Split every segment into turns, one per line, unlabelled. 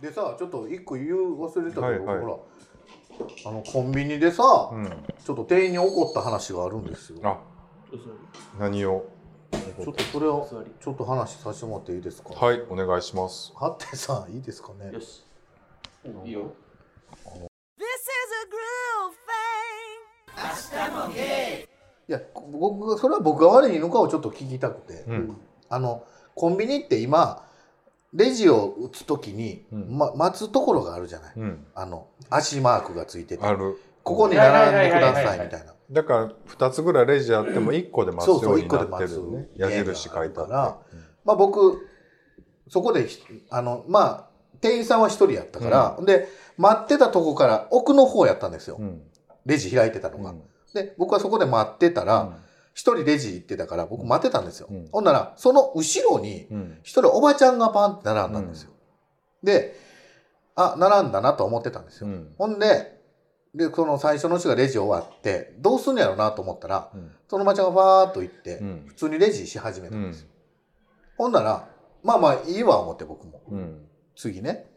でさちょっと一個言う忘れてたけど、
はいはい
ほらあのコンビニでさ、
うん
ちょっと店員に怒った話があるんですよ
あ何を
ちょっとそれを
座り
ちょっと話させてもらっていいですか
はいお願いします
はってさんいいですかね
よしいいよ
This is a groove thing.
いや僕それは僕が悪いのかをちょっと聞きたくて、
うん
あのコンビニって今レジを打つ時に、
うん
ま、待つところがあるじゃない、
うん
あの足マークがついてて
ある
ここに並んでくだ
はいはいはいは
さい
いはい
みたいな
だから二つぐらいレジあっても一個で待
そう
つ
そ
よ
う
うにな
一
っ
個
て
で待
るよ
つ
ね矢印書いて
ゲームがある
あ
か
ってうん
まあ僕そこでひあのまあ店員さんは一人やったから、で待ってたとこから奥の方やったんですよ、
うん
レジ開いてたの
う
が、
ん
で僕はそこで待ってたら、一人レジ行ってたから僕待ってたんですよ、
うん
ほんならその後ろに
うん
一人おばちゃんがパンって並んだんですよ、であ並んだなと思ってたんです
う
よ、
ん
ほんででその最初の人がレジ終わってどうすんのやろうなと思ったら
うん
そのおばちゃんがファーっと行って、
うん
普通にレジし始めた
うんん
ですよ、ほんならまあまあいいわ思って僕も
うん
次ね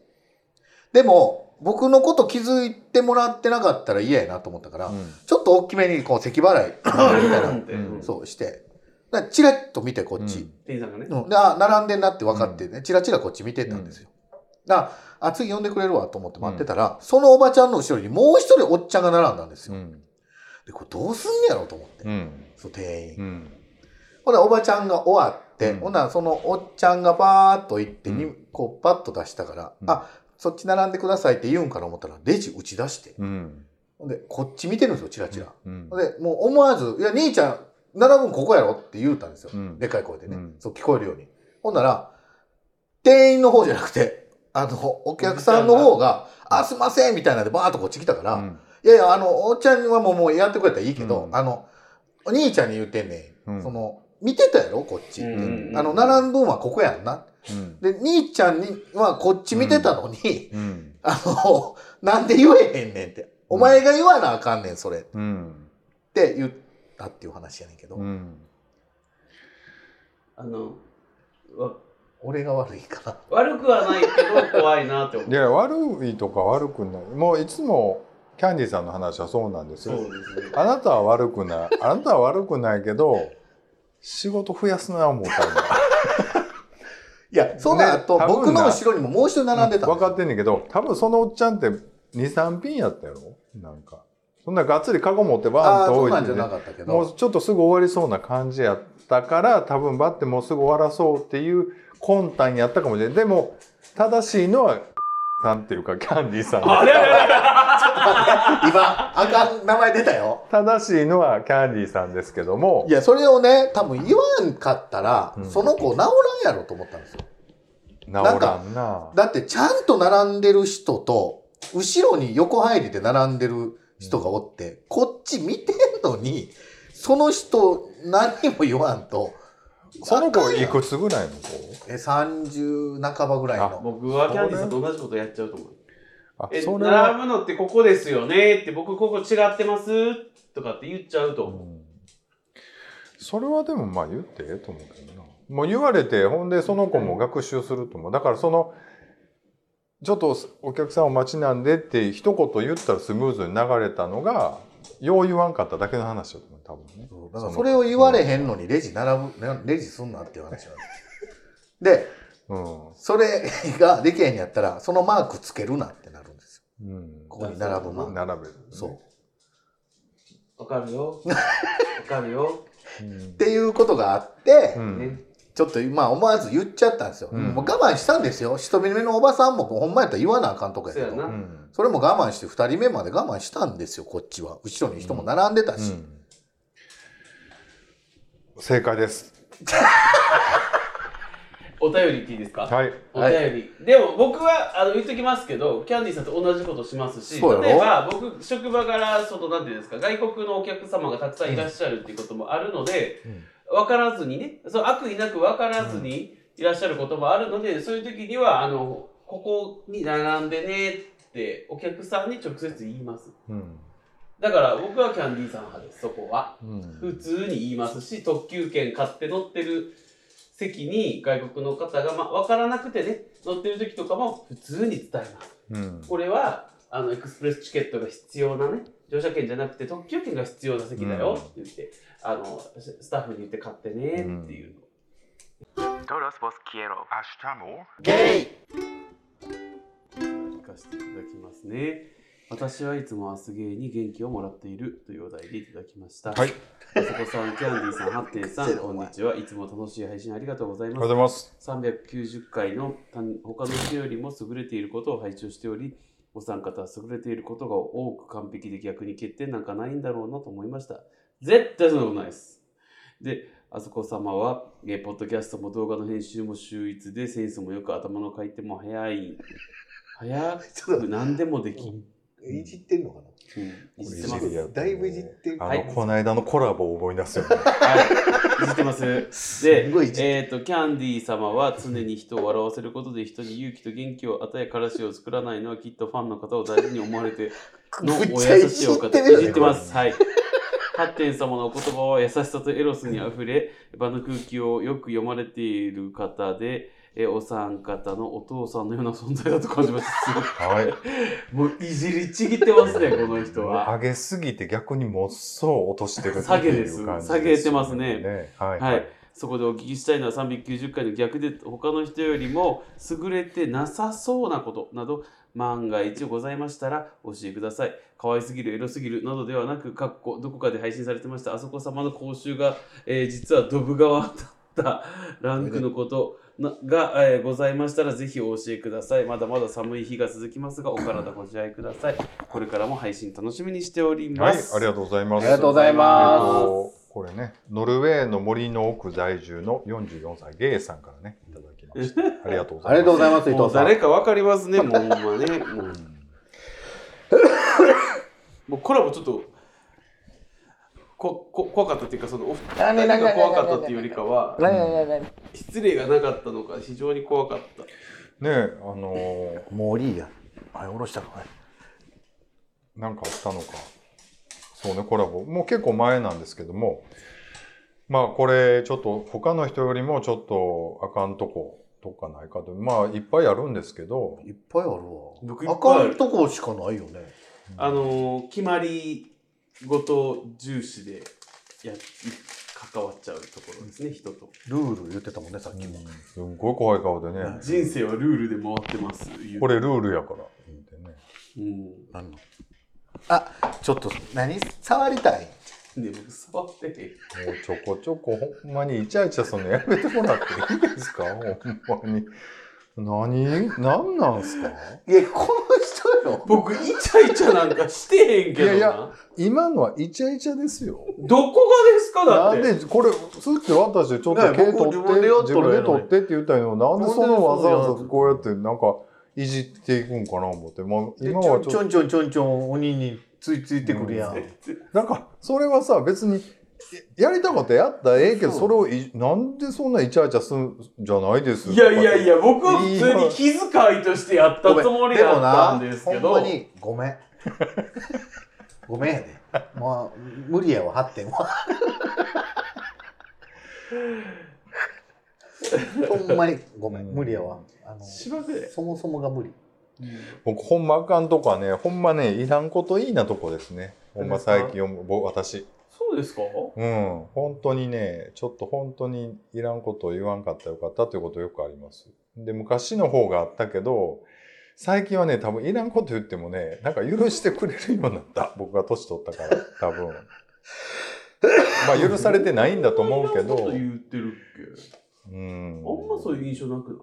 でも僕のこと気づいてもらってなかったら嫌やなと思ったから、
うん
ちょっと大きめにこう咳払いみたいな
うん
そうして、だからチラッと見てこっ
うん
ち。
店員さんがね
うん、で、あ、並んでんなって分かってね、チラチラこっち見てたんですよ。だからあ、次呼んでくれるわと思って待ってたら、そのおばちゃんの後ろにもう一人おっちゃんが並んだんですよ。
うん
で、これどうすんねやろうと思って、
うん
そう店員。
うん
ほな、おばちゃんが終わって、
うん
ほな、そのおっちゃんがバーッと行ってに、
う
こう、パッと出したから、
うん
あ、そっち並んでくださいって言うんかな思ったら、レジ打ち出して。
うん
ほんで、こっち見てるんですよ、チラチラ。
うん
で、もう思わず、いや、兄ちゃん、並ぶんここやろって言うたんですよ。
うん
でかい声でね、
うん
そう聞こえるように。ほんなら、店員の方じゃなくて、あの、お客さんの方が、あ、すいませんみたいなんでバーッとこっち来たから、
うん
いやいや、あの、おっちゃんはもうもうやってくれたらいいけど、
うん
あの、お兄ちゃんに言うてんねん、
うん
その、見てたやろこっちって。
うんうんうん
あの、並ぶんはここやんな。
うん
で、兄ちゃんにはこっち見てたのに、
うん
あの、なんで言えへんねんって。お前が言わなあかんねん、それ。
うん
って言ったっていう話やねんけど、
うん
あのわ
俺が悪いから
悪くはないけど怖いなって思
いうや悪いとか悪くないもういつもキャンディーさんの話はそうなんです
そ
よ
うですね
あなたは悪くないあなたは悪くないけど仕事増やすな思ったんだ
いやその後、
ね多分
僕
な
の後ろにももう一人並んでたの、
分かってんねんけど多分そのおっちゃんって23品やったやろなんかそんながっつりカゴ持って
あ
バー
あ
ンと
そう
置い
な
て
んじゃ
ね
なかったけ
も
ど
うちょっとすぐ終わりそうな感じやったから多分バッてもうすぐ終わらそうっていう魂胆やったかもしれないでも正しいのは さんっていうかキャンディーさんです
あれあれあれ
今あかん名前出たよ
正しいのはキャンディーさんですけども
いやそれをね多分言わんかったら、
うん
その子治らんやろと思ったんですよ
治らんな
だってちゃんと並んでる人と後ろに横入りで並んでる人がおって、こっち見てんのにその人何も言わんと
その子
あかん
い
やん
くつぐらいの子
え30半ばぐらいの
僕はキャンディーさんと同じことやっちゃうと思う
あ
え
それは
並ぶのってここですよねって僕ここ違ってますとかって言っちゃうと
う
思うん
それはでもまあ言ってええと思うけどなもう言われてほんでその子も学習すると思うだからそのちょっとお客さんお待ちなんでって一言言ったらスムーズに流れたのがよう言わんかっただけの話だと思う多分ね
そうだからそれを言われへんのにレジ並ぶなレジすんなっていう話なんですで
う
それができへんやったらそのマークつけるなってなるんです
ん、
よここに並ぶマ
う
ーク
ん、並べる、
そうっ
わかるよわかるよ、
うん
ていうことがあって、
うん
ね
ちょっと今思わず言っちゃったんですよ、
うん
もう我慢したんですよ一人目のおばさんもほんまやったら言わなあかんとかやけ
そ
ど
うや
う
なん
それも我慢して二人目まで我慢したんですよこっちは後ろに人も並んでたし、
うん正解です
お便り言っていいですか、
はい
お便り、でも僕はあの言っときますけどキャンディーさんと同じことしますし
そうやろ
例えば僕職場からそのなんていうんですか外国のお客様がたくさんいらっしゃるっていうこともあるので、分からずにねその悪意なく分からずにいらっしゃることもあるので、そういう時にはあのここに並んでねってお客さんに直接言います
うん
だから僕はキャンディーさん派ですそこは
うん
普通に言いますし特急券買って乗ってる席に外国の方が、まあ、分からなくてね乗ってる時とかも普通に伝えます。
うん
これはあのエクスプレスチケットが必要なね、乗車券じゃなくて特急券が必要な席だよって言って、あのススタッフに言って買ってねっていうの。
Todos vos quiero. Ashtamo.
ゲイ
聞かせていただきますね。私はいつも明日芸に元気をもらっているというお題でいただきました。
はい。
あそこさん、キャンディーさん、ハッテンさん、こんにちは。いつも楽しい配信ありがとうござい
お
ま
はようご
す
ざい。ます。
390回の他他の人よりも優れていることを拝聴しており、お三方は優れていることが多く完璧で逆に欠点なんかないんだろうなと思いました。絶対そんなことないです。で、あそこ様は、えーポッドキャストも動画の編集も秀逸で、センスもよく頭の回転も早い。早
ちょっ
く何でもできる。
と、いじってんのかな
うんいじって
こ
ま
れいじ
す。
りや
だいぶいじってる。
あ
は
の、
い
この間のコラボを思い出すよね。
はい、いじってます。です
ごいいじって
えー、とキャンディー様は常に人を笑わせることで人に勇気と元気を与えからしを作らないのはきっとファンの方を大事に思われての
めっ
お
ちゃい
優
じ
しい
っ
お
て
方
る
いじってます。はい。ハッテン様のお言葉は優しさとエロスにあふれ場の空気をよく読まれている方でえお三方のお父さんのような存在だと感じます。
はい。
もういじりちぎってますねこの人は。
上げすぎて逆にもっそう落としてるっていう
下
感
げ
じ
です
よ
下げてますね
はい。
はい、そこでお聞きしたいのは390回の逆で他の人よりも優れてなさそうなことなど万が一ございましたら教えてください。可愛すぎる、エロすぎるなどではなく、かっこどこかで配信されてましたあそこ様の講習が、えー実はドブ川だったランクのことなが、えーございましたらぜひお教えください。まだまだ寒い日が続きますが、お体ご自愛ください。これからも配信楽しみにしており
は
ま
い、
す。
ありがとうございます。
ありがとうございます
えっとこれね、ノルウェーの森の奥在住の44歳、ゲイさんからね、いただき ました。ありがとうございます。
ありがとうございます、伊
も
藤
う
さん。
誰かわかりますね、もうほんまね。もうもうコラボちょっとここ怖かったっていうかそのお二人が怖かったっていうよりかは失礼がなかったのか非常に怖かった
ねえ、あの
もういいや。はい、下ろしたか。
ーなんかあったのか。そうね、コラボ。もう結構前なんですけども、まあこれ、ちょっと他の人よりもちょっとあかんとこ、とかないかと。まあいっぱいあるんですけど、
いっぱいある
僕いっ
わ。
ぱ
あ
いある
かんとこしかないよね。
あのー決まりごと重視でやっ関わっちゃうところですね人と
ルール言ってたもんね、さっきも。
すんごい怖い顔でね、
人生はルールで回ってます言う
これルールやから、言ってね。
うん
何のあ、ちょっと、何触りたい。
で僕触ってて
もうちょこちょこほんまにイチャイチャするのやめてもらっていいですかほんまに。何何なんすか
いや、この人よ。
僕イチャイチャなんかしてへんけどな
やい
い
や今のはイチャイチャですよ。
どこがですかだっ
な
て
んで、これ、スッて渡して、ちょっと
ね
毛取って、
僕自分でやっ
自
たら
分
ええ
で
の
取
に
ってって言ったのに、なんでそのわざわ
なんでそんなや
ざ
つ
こうやって、なんか、いじっていくんかな思って。まあ、
で
今は
ち
ちょ
ょん
っと、
ちょんちょんちょん鬼についついてくるやん。
なんか、それはさ、別に、やりたかったらやったらええけど、
そう
それをい、なんでそんなイチャイチャするんじゃないです
いやいやい
や。
や、僕は普通に気遣いとしてやった
ごめん
つもりだったんですけ
でもなほん
ど
ま、にごめん ごめんやでまあ無理やわ発 展はほんまにごめん無理やわあの
しばくで。
そもそもが無理
僕、ほんまあかんとこはね、ほんまね、いらんこといいなとこですね。ほんま最近思う、僕私。
そうですか
うん。本当にね、ちょっと本当にいらんことを言わんかったらよかったということよくあります。で、昔の方があったけど、最近はね、多分いらんこと言ってもね、なんか許してくれるようになった。 僕が年取ったから、多分。 まあ許されてないんだと思うけ
そんな
ど
こと。言ってるっ
う
け
ん。
あんまそういう印象なくな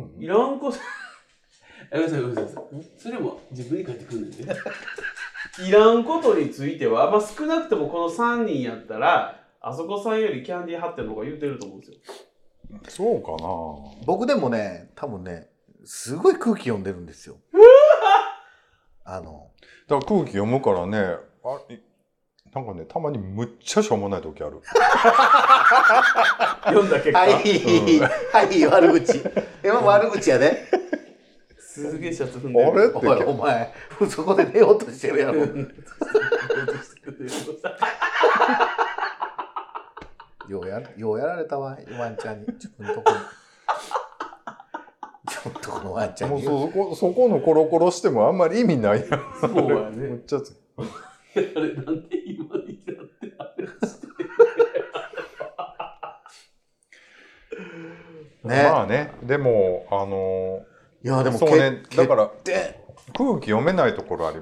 いい
い
らんこと。あごめんなさい、ごめんなさい。それも自分に返ってくるんだよね。いらんことについては、まあ少なくともこの3人やったら、あそこさんよりキャンディーハッテンの方が言うてると思うんですよ。
そうか
僕でもね多分ねすごい空気読んでるんですよあの
な。だから空気読むからね、あいなんかね、たまにむっちゃしょうもない時ある。
読んだ結
は
果、
い、はい悪口今悪口やで
すげえシャツ踏ん
あ
でる。
れっ
お
て
いお前そこで寝ようとしてるや ろ ようやようやられたわ、ワンちゃんに。自分のとこに。とこのワンちゃん
もう
に
そ
言う。
こそこのコロコロしてもあんまり意味ないやん。
そうや
め
ね
っ。ちゃつ
あれ、なんで今になってあれしてる
ね
まあね、でも、あの
いや、でも、
そうね、だから
て
空気読めないところあり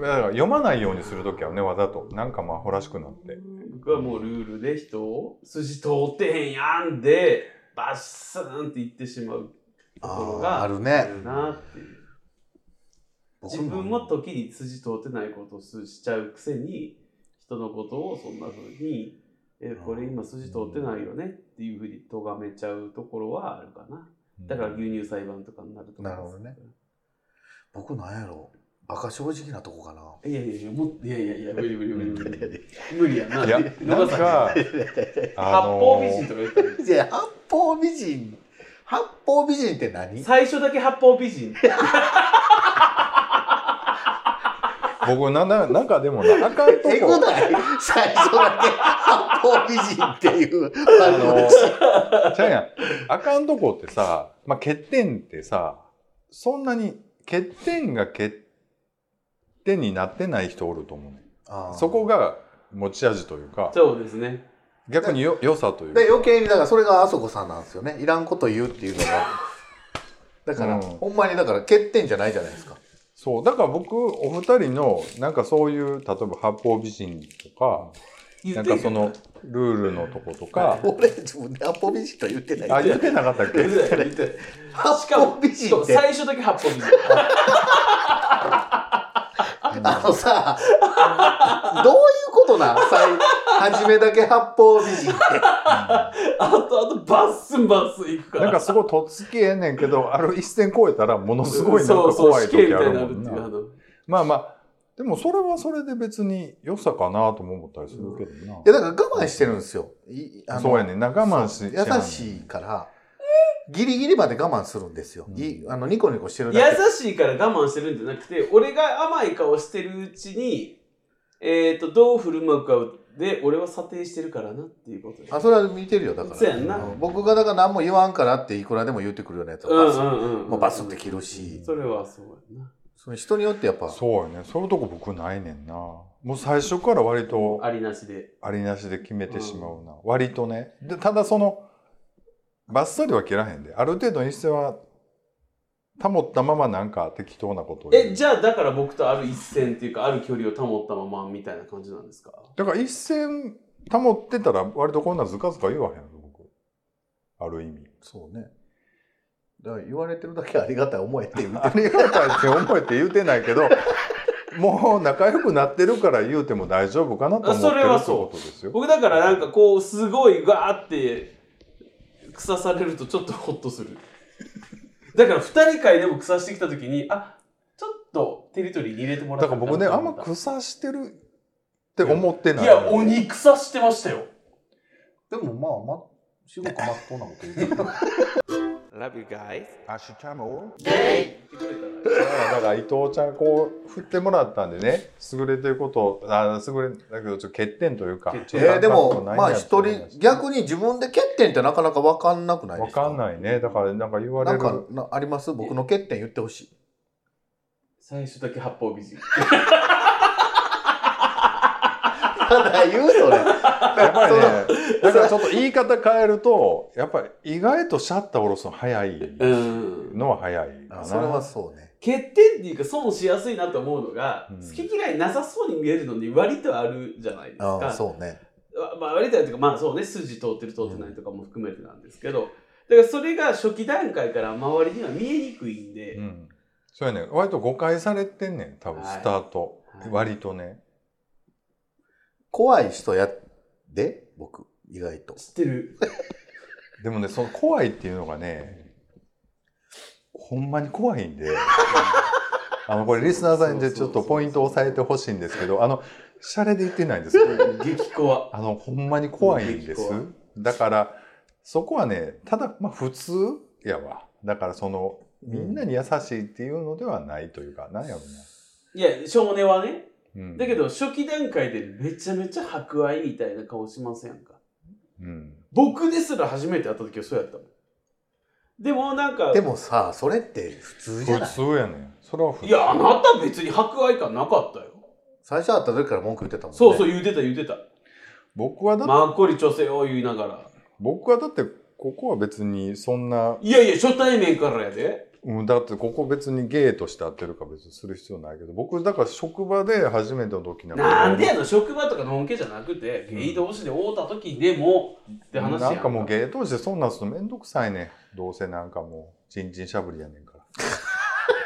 だから読まないようにするときはね、わざと。なんかまあ、ほらしくなって。
僕はもうルールで人を筋通ってへんやんで、バッサーンって言ってしまうところ
あ
が
ーあるね。
るなっていう。自分も時に筋通ってないことをしちゃうくせに人のことをそんな風に「えこれ今筋通ってないよね」っていう風に咎めちゃうところはあるかなだから牛乳裁判とかになると思います
なる僕なんやろ。バカ正直なとこかな。
いやいやいやもっといやいやいや無理無理 無理無理無理やない
や、なんか、あ
八方美人
の
とか言ったら
じゃあ八方美人。八方美人って何
最初だけ八方美人
僕なな、なんかでもな、あかんと
え
こ
ぐ。ない最初だけ八方美人っていう。
あ
あ
の
の、
ちゃうやん。あかんとこってさ、まあ、欠点ってさ、そんなに欠点が欠点になってない人おると思うねん。そこ
が。
が持ち味というか、
そうですね
逆によ良さというか
で。余計にだからそれがあそこさんなんですよね。いらんこと言うっていうのが。だから、
うん
ほんまにだから欠点じゃないじゃないですか。
そうだから僕お二人のなんかそういう例えば八方美人とか
言
な
っ
ん
て
か
ん
そ
か
のルールのとことか
俺自分で八方美人とは言ってない。
あ言ってなかったっけ
言ってない言ってないし
八
か
方
も
美
し
人
かも
って
最初だけ八方美人
あのさ、どういうことなん最初めだけ八方美人って。
あとあとバッスンバッスンいくから
なんかすごいとっつきええねんけどある一線超えたらものすごいなんか怖い時あるもん
そうそう死刑みたいになるっていうあ
な
の
まあまあでもそれはそれで別に良さかなとも思ったりするけどない
やだから我慢してるんですよ。いあの
そうやねんな我慢し
そう
しな
優しいから、ギリギリまで我慢するんですよ。
うん
いあのニコニコしてる
優
だけ。
しいから我慢してるんじゃなくて俺が甘い顔してるうちに、えー、とどう振る舞うかで俺は査定してるからなっていうことで
あそれは見てるよだから
そうやんな
うん僕がだから何も言わんからっていくらでも言ってくるようなやつ
う
はバス,、
んうんうん
もうバスって切るし、
それはそうやな
その人によってやっぱ
そうやねそういうとこ僕ないねんなもう最初から割と
ありなしで
ありなしで決めてしまうな、割とねでただそのバッサリは切らへんである程度の一線は保ったままなんか適当なことを言う
えじゃあだから僕とある一線っていうかある距離を保ったままみたいな感じなんですか
だから一線保ってたら割とこんなんずかずか言わへんの僕ある意味
そうねだから言われてるだけありがたい思えって言う
ありがたいって思えて言うてないけ どもう仲良くなってるから言うても大丈夫かなと思ってる
それは
って
そう
ことですよ
僕だからなんかこうすごいガーって草されるとちょっとホッとするだから2人会でも草してきた時にあちょっとテリトリーに入れてもら
だ
っ
か
た
ら僕ねあんま草してるって思ってない
いや鬼草してましたよ
でもまあますごくまっとうなこと言うてる
Love you guys
明日も
だからだから伊藤ちゃんこう振ってもらったんでね優れてることあ優れだけどちょっと欠点というか
欠
え
点
ーでもまあ一
人
人逆に自分で欠点ってなかなか分かんなくないで
わ
すか
かんないねだからなんか言わ
な
れ
んか
る
なあります僕の欠点言ってほしい
最初だけ八方美人
ただ言うそれ
やっぱりねだからちょっと言い方変えるとやっぱり意外とシャッター下ろすの早い
うん
のは早い
あ
かな
それはそうね
欠点っていうか損しやすいなと思うのが、
うん
好き嫌いなさそうに見えるのに割とあるじゃないですか
あそうね
わまあ、割とやるというか、まあそうね、筋通ってる通ってないとかも含めてなんですけど、だからそれが初期段階から周りには見えにくいんで、
うんそうやね割と誤解されてんねん多分
はい
スタート
はい
割とね
怖い人やで僕意外と
知ってる。
でもねその怖いっていうのがねほんまに怖いんであのこれリスナーさんでちょっとポイントを押さえてほしいんですけどあのシャレで言ってないんですよ
激怖。
あのほんまに怖いんです
激怖
だからそこはねただまあ普通やわだからそのみんなに優しいっていうのではないというか、なんやろ
いや、少年はね。
うな、うん、
だけ、ど、初期段階でめちゃめちゃ博愛みたいな顔しませんか。
うん、
僕ですら初めて会った時はそうやったもん。でもなんか
でもさそれって普通じゃ
普
ない
通やねんそれは普通
いやあなた別に博愛感なかったよ
最初会った時から文句言ってたもんね
そうそう言うてた言うてた
僕はだって
まっこり女性を言いながら
僕はだってここは別にそんない
やいや初対面からやで
うん、だってここ別にゲイとして会ってるか別にする必要ないけど僕だから職場で初めての時なんか
なんでやの職場とかのんけじゃなくてゲイ同士で会うた時でもって話や
なんかもう芸当時でそんなんするのめんどくさいねんどうせなんかもうちんちんしゃぶりやねんか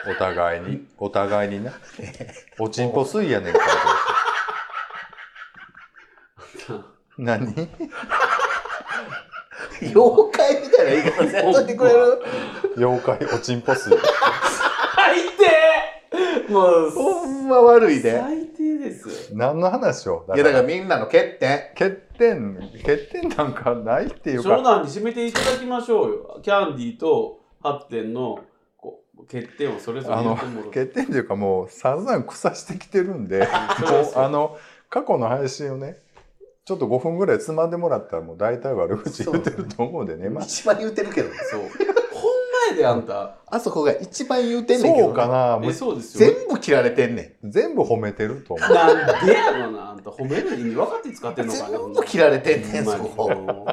ら お互いにお互いになおちんぽすいやねんからどうせ何
妖怪みたいな言い方せんとってくれる
妖怪おちんぽすい
最低もう
ほんま悪いでいや
最低です
何の話を
だからみんなの欠点
欠点欠点なんかないっていう
冗
か
談に締めていただきましょうよキャンディーと発展のこう欠点をそれぞれ
あ
言
の
ってもらって
欠点というかもう散々腐してきてるん で
そうで
も
す
う
よ
あの過去の配信をねちょっと5分ぐらいつまんでもらったらもう大体悪口言ってると思うんでねまあ
一番言うてるけど
そうほんまやであんた
あそこが一番言うてんねんけど
そうかなも
え
う
そうですよ
全部切られてんね
全部褒めてると思う
なんでやろなあんた褒める意味分かって使ってん
ん
のかな
全部切られてんねん
ほ
そ
んまに
こ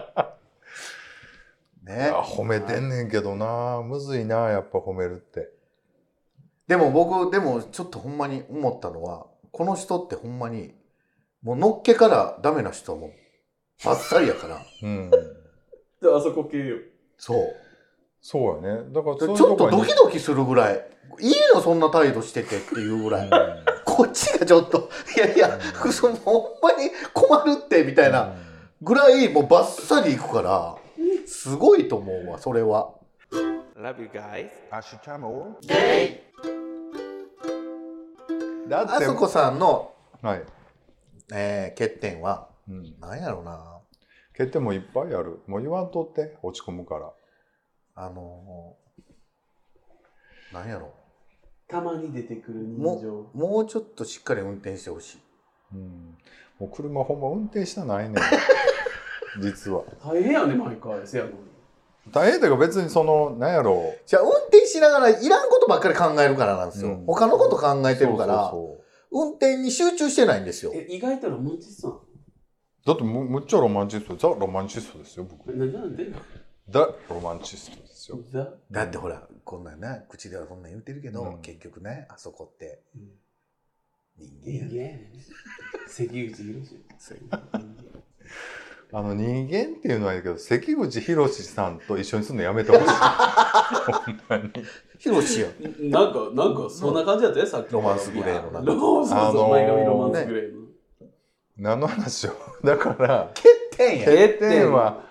ね
あ褒めてんねんけどなむずいなやっぱ褒めるって
でも僕でもちょっとほんまに思ったのはこの人ってほんまにもうのっけからダメな人はもうバッサリやから
うん
であそこ系よ
そう
そうやねだから
ち
そうい
ょ
う
っ
と
と
こに
ドキドキするぐらいいいのそんな態度しててっていうぐらいこっちがちょっといやいやそのほんまに困るってみたいなぐらいもうバッサリいくからすごいと思うわそれは
Love you guys
明日も
うんだ
あ
って
そこさんの、
はい、
えー欠点は
うん、
何やろうな
欠点もいっぱいあるもう言わんとって落ち込むから
あの何やろ
たまに出てくる人情
もうもうちょっとしっかり運転してほしい
うんもう車ほんま運転したないねん 実は
大変やね毎回せやのに
大変だけど別にそのなんやろう
じゃあ運転しながらいらんことばっかり考えるからなんですよ、
うん
他のこと考えてるから
そうそうそう
運転に集中してないんですよ
え意外とロマンチスト
だってむむっちゃロマンチストザ・ロマンチストですよ僕
なのなんで
ザ・ロマンチストですよ
ザ
だってほらこんなんな口ではそんなん言ってるけど、
うん
結局ねあそこって
うん
人間
人
やね
間関口博士
あの人間っていうのはいいけど関口宏さんと一緒にするのやめてほしい ほんまに
ヒロシや
なんかなんかそんな感じだったよさっき
ロマンスグレーのなんか
ロマンスそうそう前髪ロマン
あ
ス
のー
グレーの
何の話をだから
天や
欠点は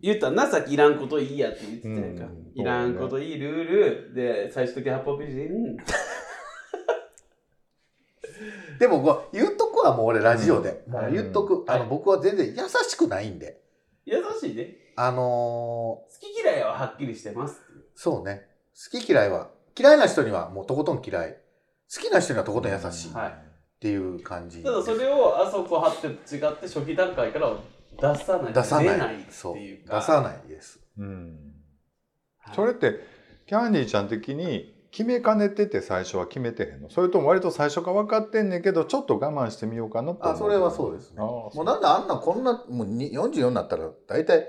言ったなさっきいらんこといいやって言ってたやんか、
うん
いらんこといいルールで最終的に八方美人
でもこう言っとくわもう俺ラジオで、
うん
もう言っとく、
ん
あの僕は全然優しくないんで
優しいね
あの
好き嫌いははっきりしてます
ーそうね好き嫌いは嫌いな人にはもうとことん嫌い好きな人にはとことん優しいっ
はい
ていう感じ、
ただそれをあそこ貼って違って初期段階からは出さない
出さない
出ないって
そう
い
出
うか
さないです
うん
はい
それってキャンディーちゃん的に決めかねてて最初は決めてへんのそれとも割と最初から分かってんねんけどちょっと我慢してみようかなと思
あそれはそうですね
ああ
も
そう
なんであんなこんなもうに44になったら大体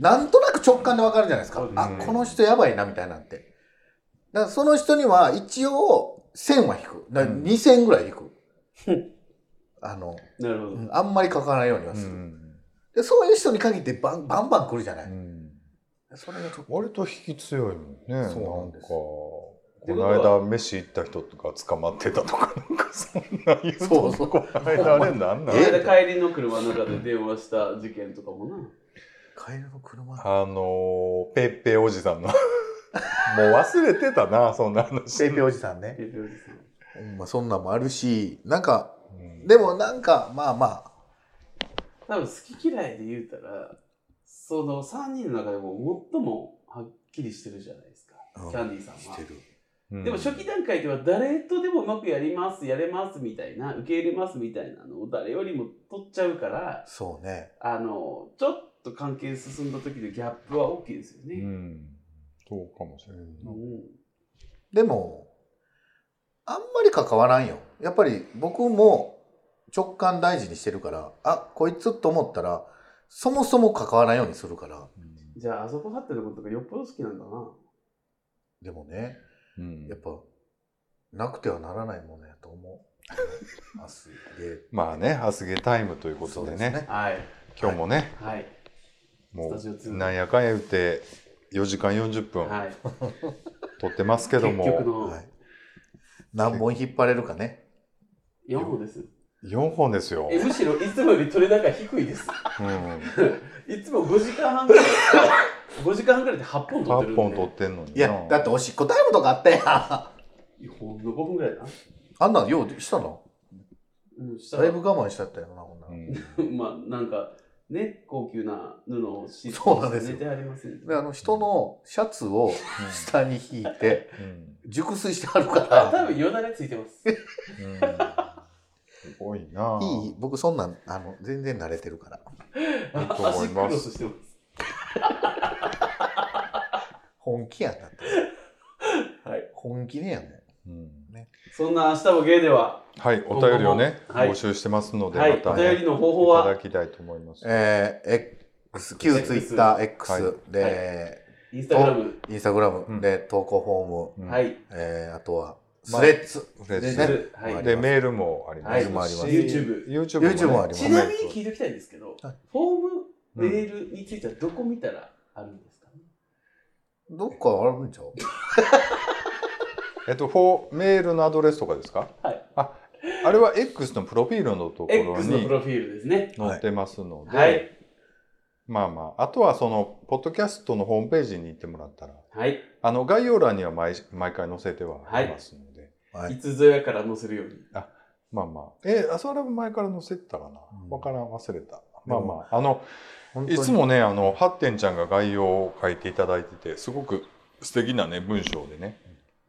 なんとなく直感でわかるじゃないですか、
そうです
あ
ね
この人やばいなみたいなんてだからその人には一応1000は引くだから
うん
2000ぐらい引く、あの
なるほど、
うんあんまり書かないようには
う
する、
ん
でそういう人に限ってバンバンバン来るじゃない、
うん
それがちょっと
割と引き強いもんね
そうなんです
かこ
てこと
の
は
間飯行った人とか捕まってたとかなんかそんな言うと
そうそう
この間あれなんなん
この間帰りの車の中で電話した事件とかもな
カエルの車
あのーペッペおじさんのもう忘れてたなそんな話
ペイペイおじさんね、
ペペおじさん
ほんまそんなんもあるしなんか
うん
でもなんかまあまあ
多分好き嫌いで言うたらその3人の中でも最もはっきりしてるじゃないですか、
うん
キャンディーさん
して
は。
る
うん
でも初期段階では誰とでもうまくやりますやれますみたいな受け入れますみたいなのを誰よりも取っちゃうから
そうね
あのちょっと関係進んだ時のギャップは大きいですよ
う
ね。
んそうかもしれないな。
でもあんまり関わらんよやっぱり僕も直感大事にしてるからあこいつと思ったらそもそも関わらんようにするから
じゃあ、あそこ張ってることがよっぽど好きなんだな。
でもね
うん
やっぱなくてはならないものやと思う明日で
まあね、アスゲタイムということでね、
はい。
今日もね、
はい。
も
スタジオツー
うなんやかんや言って4時間40分
はい。
撮ってますけど
結局
も、
の
はい何本引っ張れるかね
4本です。
4本ですよ。
えむしろいつもより取れ高低いです。
うん、
いつも5時間半ぐらい、5時間半ぐらいで8本取ってるん
8
で。
本撮ってんのに
いやだっておしっこタイムとかあったやんあ
ほんの5分ぐらいだな。
んなんようしたの
うん、した
だ
ら
いぶ、我慢しちゃったよなこんな、
うんん
まあ、なんか、ね、高級な布を敷いて
そうなんですよ
寝てありますんで
であの人のシャツを下に引いて
うん
熟睡してあるか
あ、
ら
多分よだれついてます。
うんすごいな。
いい僕そんなんあの全然慣れてるから
いと思います
足クロスしてます。
本気やんだって
はい。
本気ねやもん
うん
そんな明日もゲイでは、
はい、お便りをね、
今後もはい
募集してますので、
はい、
また、
お
ね、
便りの方法
いただ
は、
きたいと思います。
えー、旧 TwitterX で、
はいインスタグラム、
インスタグラムで投稿フォーム、
うん
はい、
えーあとはスレッズ、
フレッシ
ね
ュ
ズは
あ
い
り。
で、メールもありますし、
はい
YouTube
YouTube もね
YouTube もあります
ちなみに聞いておきたいんですけど、フ
はい
ォーム、メールについてはどこ見たらあるんですか、
どっかあるんちゃう
えっと、フォーメールのアドレスとかですか
はい。
あ、あれは X のプロフィールのところ
X の
に
プロフィールですね。
載ってますので、
はい。
まあまあ、あとはその、ポッドキャストのホームページに行ってもらったら、
はい。
あの、概要欄には毎毎回載せてはありますので、
はい
いつぞやから載せるように。
まあまあ、え、あそれも前から載せてたかな
うん
わからん、忘れた。
で
まあ
も
まあ、あの、
本当
い
に
つもね、あの、ハッテンちゃんが概要を書いていただいてて、すごく素敵なね、文章でね、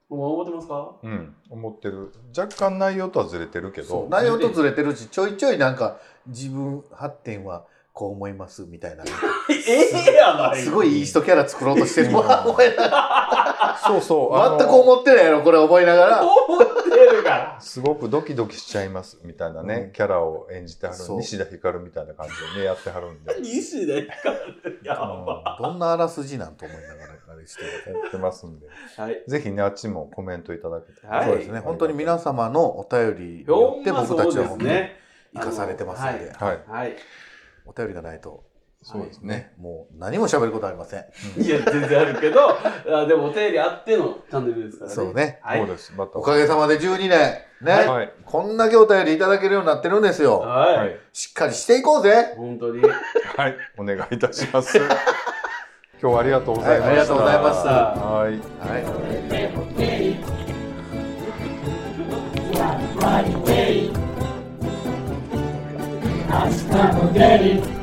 もう思ってますか
うん、思ってる。若干内容とはずれてるけ
そう
ど、
内容とずれてるしちょいちょいなんか自分発展はこう思いますみたいな
ええやない
すごいいい人キャラ作ろうとしてるわ
うん
思いなが
そうそう、あ
ら
の
全く思ってないやろこれ思いながら
思 ってるから。
すごくドキドキしちゃいますみたいなね、
うん
キャラを演じてはる
そう
西田ひかるみたいな感じでねやってはるんで
西田かやば。
どんなあらすじなんと思いながらあれしてる
やってますんで
はい。
ぜひねあっちもコメントいただけたら、
はい
そうですね本当に皆様のお便りによ
ほん
って
ま
僕たちは
そ
本当
うです
に
ね。
生かされてますんで、
はい
はい。
お便りがないと
そうですね、
もう何も喋ることありません、
いや、全然あるけど、あでもお便りあってのチャンネルですからね。
そう。ね
は
そ
い
う。ですまた
おかげさまで12年ね、
はい、はい
こんだけお便りいただけるようになってるんですよ、
は
はい。
い
しっかりしていこうぜ
本当に。
はいお願いいたします 今日はありがとうございま
はい
した、
ありがとうございました
はい
はい
明日も出る